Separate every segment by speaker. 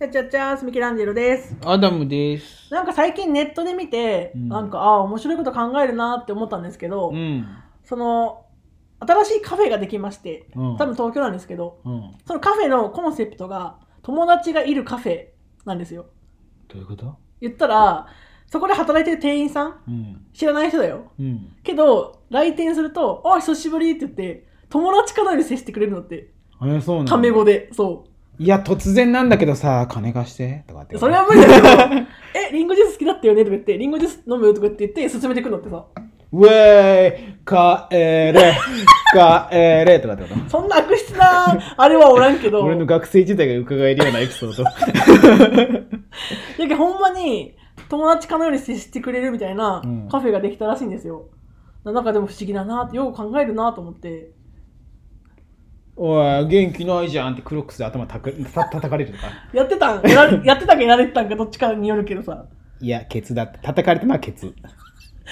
Speaker 1: チャチャチャースミケランジェロです。
Speaker 2: アダムです。
Speaker 1: なんか最近ネットで見て、
Speaker 2: うん
Speaker 1: なんかああ面白いこと考えるなって思ったんですけど、
Speaker 2: うん。
Speaker 1: その新しいカフェができまして、
Speaker 2: うん
Speaker 1: 多分東京なんですけど、
Speaker 2: うん。
Speaker 1: そのカフェのコンセプトが友達がいるカフェなんですよ。
Speaker 2: どういうこと
Speaker 1: 言ったらそこで働いてる店員さん
Speaker 2: うん。
Speaker 1: 知らない人だよ。
Speaker 2: うん。
Speaker 1: けど来店すると「あ久しぶり」って言って友達かのように接してくれるのって
Speaker 2: え、そうなの
Speaker 1: タメ語で、そ
Speaker 2: いや、突然なんだけどさ、金貸してとかっ
Speaker 1: う
Speaker 2: て。
Speaker 1: それは無理だ けど「えリンゴジュース好きだったよね」とか言って「リンゴジュース飲むよ」とかって言って勧めてくるのってさ
Speaker 2: ウェーイ 帰れ帰れとかってこ
Speaker 1: そんな悪質な あれはおらんけ
Speaker 2: と
Speaker 1: ど
Speaker 2: 俺の学生時代が伺えるようなエピソ ード。
Speaker 1: だけどほんまに友達かのように接してくれるみたいな
Speaker 2: うん
Speaker 1: カフェができたらしいんですよ、なんかでも不思議だなってよく考えるなと思って
Speaker 2: おい、元気ないじゃんってクロックスで頭たくた叩かれるとか。
Speaker 1: やってたんや られやってたかやられてたんかどっちかによるけどさ
Speaker 2: いや、ケツだって。叩かれたのはケツ。ウ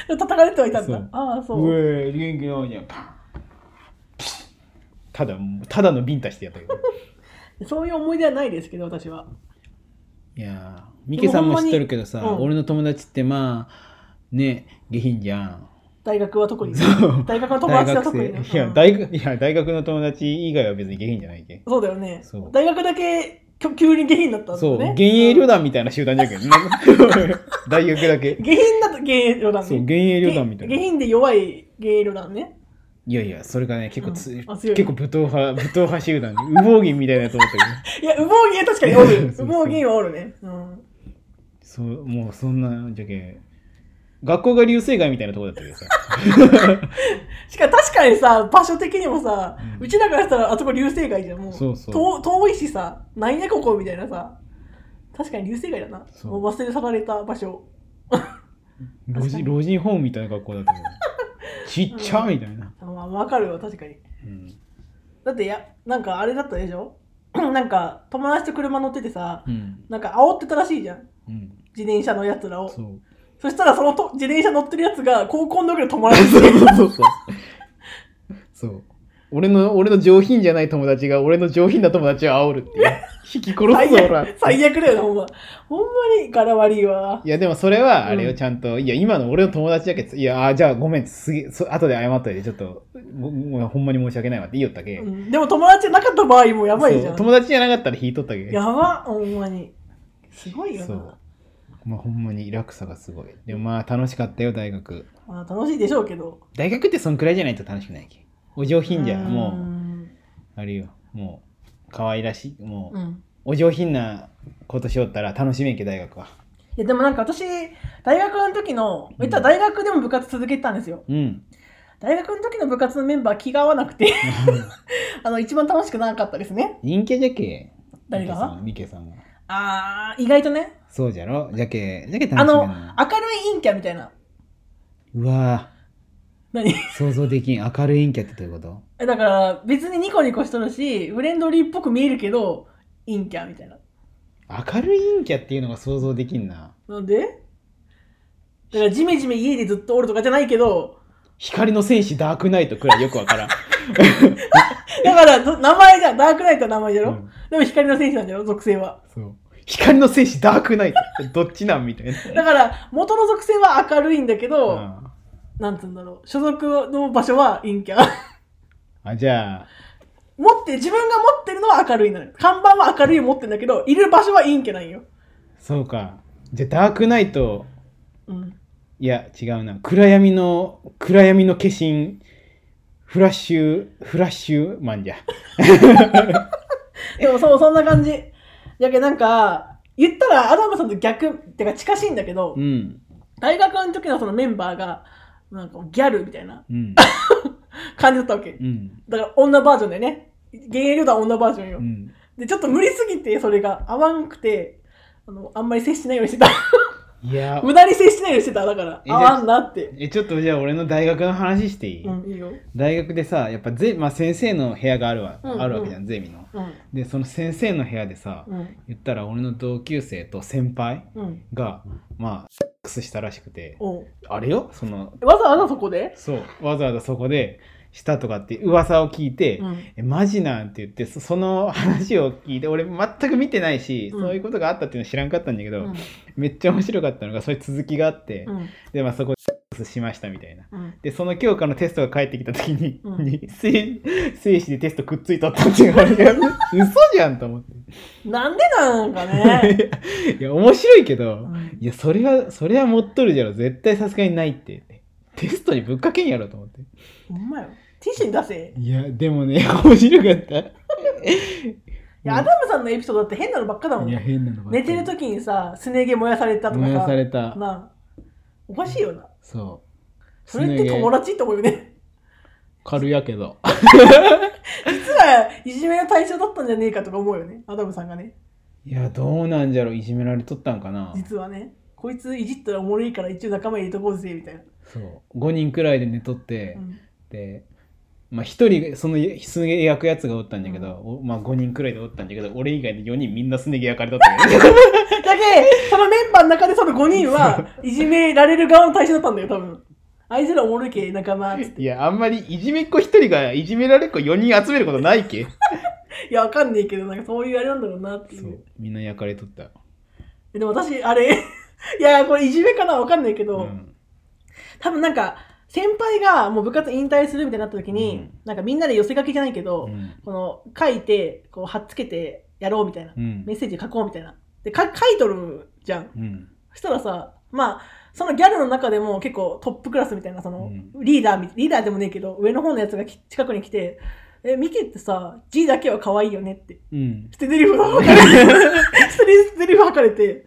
Speaker 1: でも叩かれてはいたん
Speaker 2: そ
Speaker 1: だ
Speaker 2: う
Speaker 1: ああそう
Speaker 2: ェーイ元気ないじゃん。パンプシュただ、ただのビンタしてやったけど。
Speaker 1: そういう思い出はないですけど私はい
Speaker 2: やーミケさんも知っとるけどさ、
Speaker 1: でもほんまにうん
Speaker 2: 俺の友達ってまあね下品じゃん
Speaker 1: 大学は特に
Speaker 2: そう
Speaker 1: 大学の友達は特にね
Speaker 2: 大学生いや
Speaker 1: うん
Speaker 2: 大学いや大学の友達以外は別に下品じゃないけ
Speaker 1: そうだよね
Speaker 2: そう
Speaker 1: 大学だけきょ急に下品だったんだ
Speaker 2: そう
Speaker 1: よね
Speaker 2: 幻影旅団みたいな集団じゃんけど、なんか 大学だ け
Speaker 1: 下品だと芸旅団ね。
Speaker 2: そう幻影旅団みたい
Speaker 1: 下
Speaker 2: な
Speaker 1: 下品で弱い芸旅団ね。
Speaker 2: いやいやそれがね結構つ、
Speaker 1: うんあ強い
Speaker 2: 結構武闘派武闘派集団羽毛銀みたいなやつ思ったけど
Speaker 1: いや、羽毛芸確かにおる。
Speaker 2: そうそう
Speaker 1: 羽毛芸はおるね。うん。
Speaker 2: そうもうそんなじゃけん学校が流星街みたいなとこだったけどさ
Speaker 1: しかも確かにさ、場所的にもさ、
Speaker 2: う
Speaker 1: うんちらからしたらあそこ流星街じゃん。もう
Speaker 2: そうそう
Speaker 1: 遠遠いしさ、なんやここみたいなさ。確かに流星街だな。
Speaker 2: そう
Speaker 1: もう忘れ去られた場所。
Speaker 2: 老人老人ホームみたいな学校だ ったけどちっちゃみたいな、
Speaker 1: あまあ、わかるわ、確かに。
Speaker 2: うん
Speaker 1: だってや、なんかあれだったでしょ なんか友達と車乗っててさ、
Speaker 2: うん
Speaker 1: なんか煽ってたらしいじゃん。
Speaker 2: うん、
Speaker 1: 自転車のやつらを。
Speaker 2: そう。
Speaker 1: そしたらそのと自転車乗ってるやつが高校の時で止まらな
Speaker 2: そう
Speaker 1: い。
Speaker 2: そうそう。そう。俺の、俺の上品じゃない友達が、俺の上品な友達を煽る っていう。引き殺すぞ、
Speaker 1: 最
Speaker 2: ほら。い
Speaker 1: 悪最悪だよな、ほんま。ほんまに柄悪いわ。
Speaker 2: や、でもそれは、あれ
Speaker 1: う
Speaker 2: よ、
Speaker 1: ん
Speaker 2: ちゃんと、いや、今の俺の友達だけど、いや、あーじゃあごめん、すげそ後で謝っといて、ちょっと、ごごめんほんまに申し訳ないわって言いよったけ。
Speaker 1: うんでも友達じゃなかった場合もやばいじゃ。
Speaker 2: そうん友達じゃなかったら引いとったけ。
Speaker 1: やば、ほんまに。すごいよ
Speaker 2: そ
Speaker 1: な
Speaker 2: う。。まあ、ほんまに楽さがすごい。でもまあ、楽しかったよ、大学。
Speaker 1: まあ、楽しいでしょうけど。
Speaker 2: 大学ってそんくらいじゃないと楽しくないけ。お上品じゃん、もう。あれよもう可愛らしいもう、
Speaker 1: う。うん。
Speaker 2: お上品なことしよったら楽しめんけ大学はい
Speaker 1: や、でもなんか私、大学の時の、言ったら大学でも部活続けてたんですよ。
Speaker 2: うん
Speaker 1: 大学の時の部活のメンバー気が合わなくて、 あの、一番楽しくなかったですね。
Speaker 2: 陰キャじゃけ
Speaker 1: 誰が
Speaker 2: ミケさんミケさんは
Speaker 1: あー、意外とね。
Speaker 2: そうじゃろじゃけじゃけ楽しめん
Speaker 1: あの、明
Speaker 2: な
Speaker 1: るい陰キャみたいな。
Speaker 2: うわ
Speaker 1: 何
Speaker 2: ぁ想像できん明るい陰キャってどういうこと
Speaker 1: えだから別にニコニコしとるしフレンドリーっぽく見えるけど陰キャみたいな
Speaker 2: 明るい陰キャっていうのが想像できんな
Speaker 1: なんでだからジメジメ家でずっとおるとかじゃないけど
Speaker 2: 光の戦士ダークナイトくらいよくわからん
Speaker 1: だからど名前じゃんダークナイトは名前じゃろ、
Speaker 2: うん
Speaker 1: でも光の戦士なんじゃろ属性は
Speaker 2: そう光の戦士ダークナイトどっちなんみたいな
Speaker 1: だから元の属性は明るいんだけど、
Speaker 2: うん
Speaker 1: なんつうんだろう所属の場所は陰キャ
Speaker 2: あじゃあ
Speaker 1: 持って自分が持ってるのは明るいなの看板は明るいを持ってるんだけどいる場所は陰キャなんよ、
Speaker 2: そうかじゃあダークナイト
Speaker 1: うん、
Speaker 2: いや違うな暗闇の暗闇の化身フラッシュフラッシュマンじゃ
Speaker 1: でもそうそんな感じやけなんか言ったらアダムさんと逆ってか近しいんだけど、
Speaker 2: うん
Speaker 1: 大学の時のそのメンバーがなんかギャルみたいな
Speaker 2: うん
Speaker 1: 感じだったわけ
Speaker 2: うん
Speaker 1: だから女バージョンだよね現役旅団は女バージョンよ、
Speaker 2: うん
Speaker 1: でちょっと無理すぎてそれが合わんくてあのあんまり接しないようにしてた
Speaker 2: いや
Speaker 1: 無駄に接しないようにしてただから
Speaker 2: え
Speaker 1: 合わんなって
Speaker 2: えちょっとじゃあ俺の大学の話していい、
Speaker 1: うんいいよ
Speaker 2: 大学でさやっぱゼ、まあ、先生の部屋があるわ、
Speaker 1: うん
Speaker 2: あるわけじゃんゼミの
Speaker 1: うん
Speaker 2: でその先生の部屋でさ、
Speaker 1: うん
Speaker 2: 言ったら俺の同級生と先輩
Speaker 1: うん
Speaker 2: がまあセックスしたらしくて
Speaker 1: おう
Speaker 2: あれよその
Speaker 1: わざわざそこで
Speaker 2: そうわざわざそこでしたとかって噂を聞いて、
Speaker 1: うん
Speaker 2: えマジなんて言ってそその話を聞いて俺全く見てないし、
Speaker 1: うん
Speaker 2: そういうことがあったっていうの知らんかったんだけど、
Speaker 1: うん
Speaker 2: めっちゃ面白かったのがそういう続きがあって、
Speaker 1: うん
Speaker 2: でまあそこでしましたみたいな
Speaker 1: うん
Speaker 2: でその教科のテストが返ってきた時に,、
Speaker 1: うん
Speaker 2: に精精子でテストくっついたっていう話が嘘じゃんと思って、
Speaker 1: なんでなんかね、
Speaker 2: いや面白いけど、
Speaker 1: うん
Speaker 2: いやそれはそれは持っとるじゃろ絶対さすがにないってテストにぶっかけんやろと思って
Speaker 1: ほんまよティッシュに出せ
Speaker 2: いやでもね面白かった
Speaker 1: いやアダムさんのエピソードだって変なのばっかだもん
Speaker 2: いや変なのばっかり
Speaker 1: 寝てる時にさすね毛燃やされたとか
Speaker 2: 燃や
Speaker 1: さ
Speaker 2: された
Speaker 1: なあおかしいよな
Speaker 2: そう
Speaker 1: それって友
Speaker 2: 達
Speaker 1: 達って思うよね
Speaker 2: 軽や けど
Speaker 1: 実はいじめの対象だったんじゃねえかとか思うよねアダムさんがね
Speaker 2: いやどうなんじゃろいじめられとったんかな
Speaker 1: 実はねこいついじったらおもろいから一応仲間入れとこうぜみたいな、
Speaker 2: そう5人くらいで寝とって、
Speaker 1: うん
Speaker 2: でまあ1人そのすね毛焼くやつがおったんだけど、おまあ5人くらいでおったんだけど俺以外の4人みんなすね毛焼かれとったんだ けど
Speaker 1: だけそのメンバーの中でその5人 はいじめられる側の対象だったんだよ多分あいつらおもろいけ仲間っつって
Speaker 2: いやあんまりいじめっ子1人がいじめられっ子4人集めることないけ
Speaker 1: いやわかんねえけどなんかそういうあれなんだろうなってい
Speaker 2: そううみんな焼かれとった、
Speaker 1: でも私あれ いやこれいじめかなわかんないけど、
Speaker 2: うん
Speaker 1: 多分なんか先輩がもう部活引退するみたいになった時に、
Speaker 2: うん
Speaker 1: なんかみんなで寄せ書きじゃないけど、
Speaker 2: うん
Speaker 1: この書いてこう貼っつけてやろうみたいな、
Speaker 2: うん
Speaker 1: メッセージ書こうみたいなでか書いとるじゃん
Speaker 2: うん
Speaker 1: そしたらさまあそのギャルの中でも結構トップクラスみたいなその、リーダーみリーダーでもねえけど上の方のやつがき近くに来て「えミケってさ G だけは可愛いよね」って
Speaker 2: うん
Speaker 1: 捨て台詞が分かれ て捨て台詞が分かれて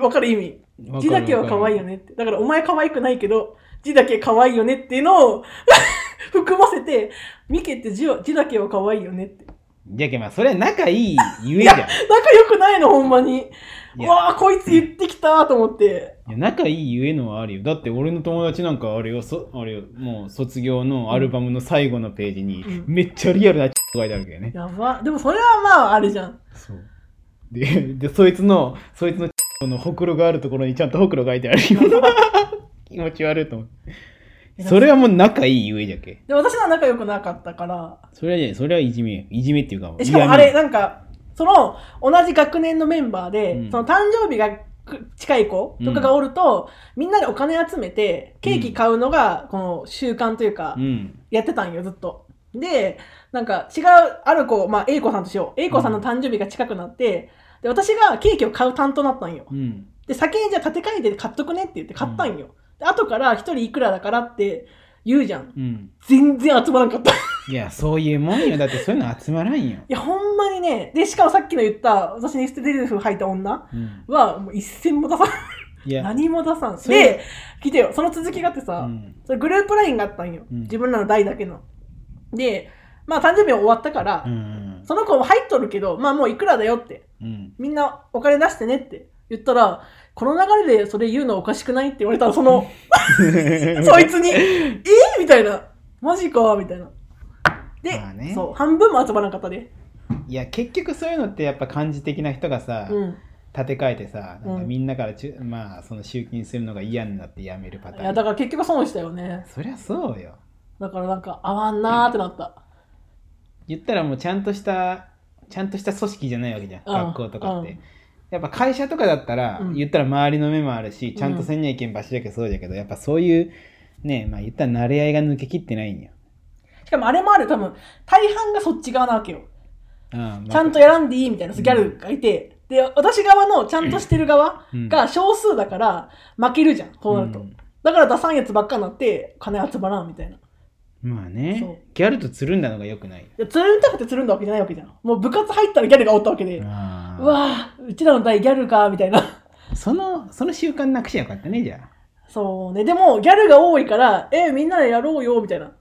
Speaker 1: 分かる意味字だけは可愛いよ
Speaker 2: ね
Speaker 1: ねって。だからお前可愛くないけど、字だけ可愛いよねっていうのを 含ませて、ミケって字は字だけは可愛いよねって。
Speaker 2: じゃけまあそれは仲いいゆえじゃんい
Speaker 1: 仲良くないの、ほんまに。う
Speaker 2: や
Speaker 1: わあ、こいつ言ってきたと思って。
Speaker 2: いや仲いいゆえのはあるよだって俺の友達なんかあれよそあれよもう卒業のアルバムの最後のページに
Speaker 1: うん
Speaker 2: めっちゃリアルなって書いてあるけどね、
Speaker 1: やば。でもそれはまあ、あれじゃ ん。
Speaker 2: そうででそいつのそいつののほくろがあるところにちゃんとほくろ書いてあるよ 気持ち悪いと思ってそれはもう仲いいゆえじゃけ
Speaker 1: で、私は仲良くなかったから。
Speaker 2: それはねそれはいじめいじめっていうか
Speaker 1: えしかもあれ、
Speaker 2: 嫌
Speaker 1: な
Speaker 2: 味
Speaker 1: んか、その、同じ学年のメンバーで、
Speaker 2: うん
Speaker 1: その誕生日がく近い子とかがおると、みんなでお金集めて、ケーキ買うのが、この習慣というか、
Speaker 2: うん
Speaker 1: やってたんよずっとでなんか違うある子、まあ、A 子さんとしよう A 子さんの誕生日が近くなって、で私がケーキを買う担当だったんよ
Speaker 2: うん
Speaker 1: で先にじゃあ立て替えて買っとくねって言って買ったんよ、で後から一人いくらだからって言うじゃん
Speaker 2: うん
Speaker 1: 全然集まらんかった い
Speaker 2: いやそういうもんよだってそういうの集まらんよ、
Speaker 1: やほんまにねでしかもさっきの言った私に捨ててる風吐いた女
Speaker 2: うん、
Speaker 1: はもう一銭も出さん
Speaker 2: いや
Speaker 1: 何も出さん
Speaker 2: それ
Speaker 1: で来てよその続きがあってさ、
Speaker 2: うん
Speaker 1: それグループラインがあったんよ、
Speaker 2: うん
Speaker 1: 自分らの代だけのでまあ誕生日終わったから、
Speaker 2: うん
Speaker 1: その子も入っとるけど、まあもういくらだよって、
Speaker 2: うん
Speaker 1: みんなお金出してねって言ったら、この流れでそれ言うのおかしくないって言われたら、その、 そいつに、えー、みたいな、マジかみたいな。で、
Speaker 2: まあね
Speaker 1: そう、半分も集まらなかったで。
Speaker 2: いや結局そういうのってやっぱ漢字的な人がさ、
Speaker 1: うん。
Speaker 2: 立て替えてさなん
Speaker 1: う
Speaker 2: か
Speaker 1: ん
Speaker 2: みんなからちゅ、まあその集金するのが嫌になってやめるパターン
Speaker 1: いや、だから結局損したよね。
Speaker 2: そりゃそうよ
Speaker 1: だからなんか、合わんなーってなった。
Speaker 2: 言ったらもうちゃんとしたちゃんとした組織じゃないわけじゃん、
Speaker 1: うん
Speaker 2: 学校とかって、
Speaker 1: うん
Speaker 2: やっぱ会社とかだったら、
Speaker 1: うん
Speaker 2: 言ったら周りの目もあるしちゃんとせんにゃいけん場所だけどそうじゃけど、やっぱそういうねまあ言ったら慣れ合いが抜けきってないんよ
Speaker 1: しかもあれもある、多分、大半がそっち側なわけよ。
Speaker 2: ああまあ
Speaker 1: ちゃんと選んでいいみたいなギャルがいて、で、私側のちゃんとしてる側が少数だから、負けるじゃん、こうなると。
Speaker 2: ん
Speaker 1: だからダサいやつばっかになって金集まらんみたいな。
Speaker 2: まあ
Speaker 1: そう
Speaker 2: ねギャルとつるんだのがよくない
Speaker 1: でつるんたくてつるんだわけじゃないわけじゃん。もう部活入ったらギャルがおったわけで。
Speaker 2: ああ
Speaker 1: うわぁ、うちらの代ギャルかみたいな。
Speaker 2: そのその習慣なくしゃよかったねじゃあ
Speaker 1: そうね。でもギャルが多いから、えみんなでやろうよみたいな。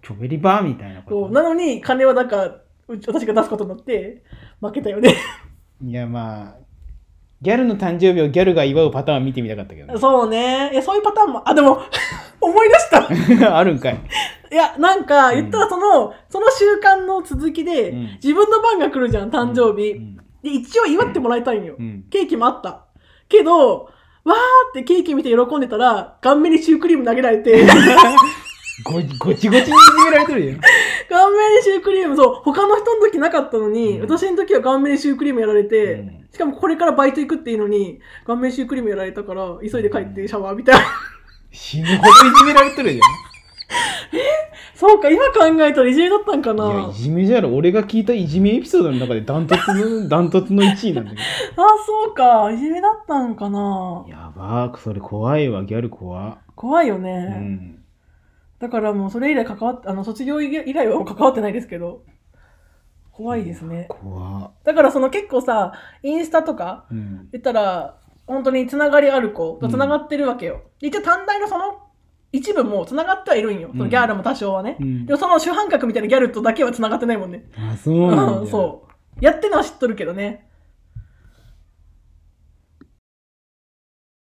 Speaker 2: チョベリバーみたいなこ
Speaker 1: そう
Speaker 2: と
Speaker 1: なのに金はなんかうち私が出すことになって負けたよね。
Speaker 2: いやまあギャルの誕生日をギャルが祝うパターンは見てみたかったけど、
Speaker 1: そうね。いやそういうパターンも、あ、でも 思い出した。
Speaker 2: ね、 あるんかい
Speaker 1: いや、なんか言ったらその、その習慣の続きで、
Speaker 2: うん
Speaker 1: 自分の番が来るじゃん、誕生日。
Speaker 2: うん
Speaker 1: で、一応祝ってもらいたいんよ。
Speaker 2: うん
Speaker 1: ケーキもあった。けど、わーってケーキ見て喜んでたら、顔面にシュークリーム投げられて、
Speaker 2: ごごちごちにいじめられてるやん。
Speaker 1: 顔面シュークリーム、そう、他の人の時なかったのに、
Speaker 2: うん
Speaker 1: 私の時は顔面シュークリームやられて、
Speaker 2: うん
Speaker 1: しかもこれからバイト行くっていうのに、顔面シュークリームやられたから、急いで帰って シャワーみたいな。
Speaker 2: 死ぬほどいじめられてるやん。
Speaker 1: そうか、今考えたらいじめだったんか
Speaker 2: いや、。
Speaker 1: ない
Speaker 2: じめじゃろ。俺が聞いたいじめエピソードの中でダントツの、ダントツの1位なんだけど。
Speaker 1: ああ、そうか、いじめだったんかな。
Speaker 2: やばー、それ怖いわ、ギャル怖。
Speaker 1: 怖いよね。
Speaker 2: うん。
Speaker 1: だからもうそれ以来関わって、あの、卒業以来はもう関わってないですけど、怖いです
Speaker 2: い
Speaker 1: ね
Speaker 2: や。怖。
Speaker 1: だからその結構さ、インスタとか、
Speaker 2: うん。
Speaker 1: 言ったら本当につながりある子と
Speaker 2: うん
Speaker 1: つながってるわけよ、一応短大のその一部もつながってはいるんよ、そのギャルも多少はね、
Speaker 2: うん
Speaker 1: でも その主犯格みたいなギャルとだけはつながってないもんね
Speaker 2: あ、そうなんだ。
Speaker 1: うんそうやってのは知っとるけどね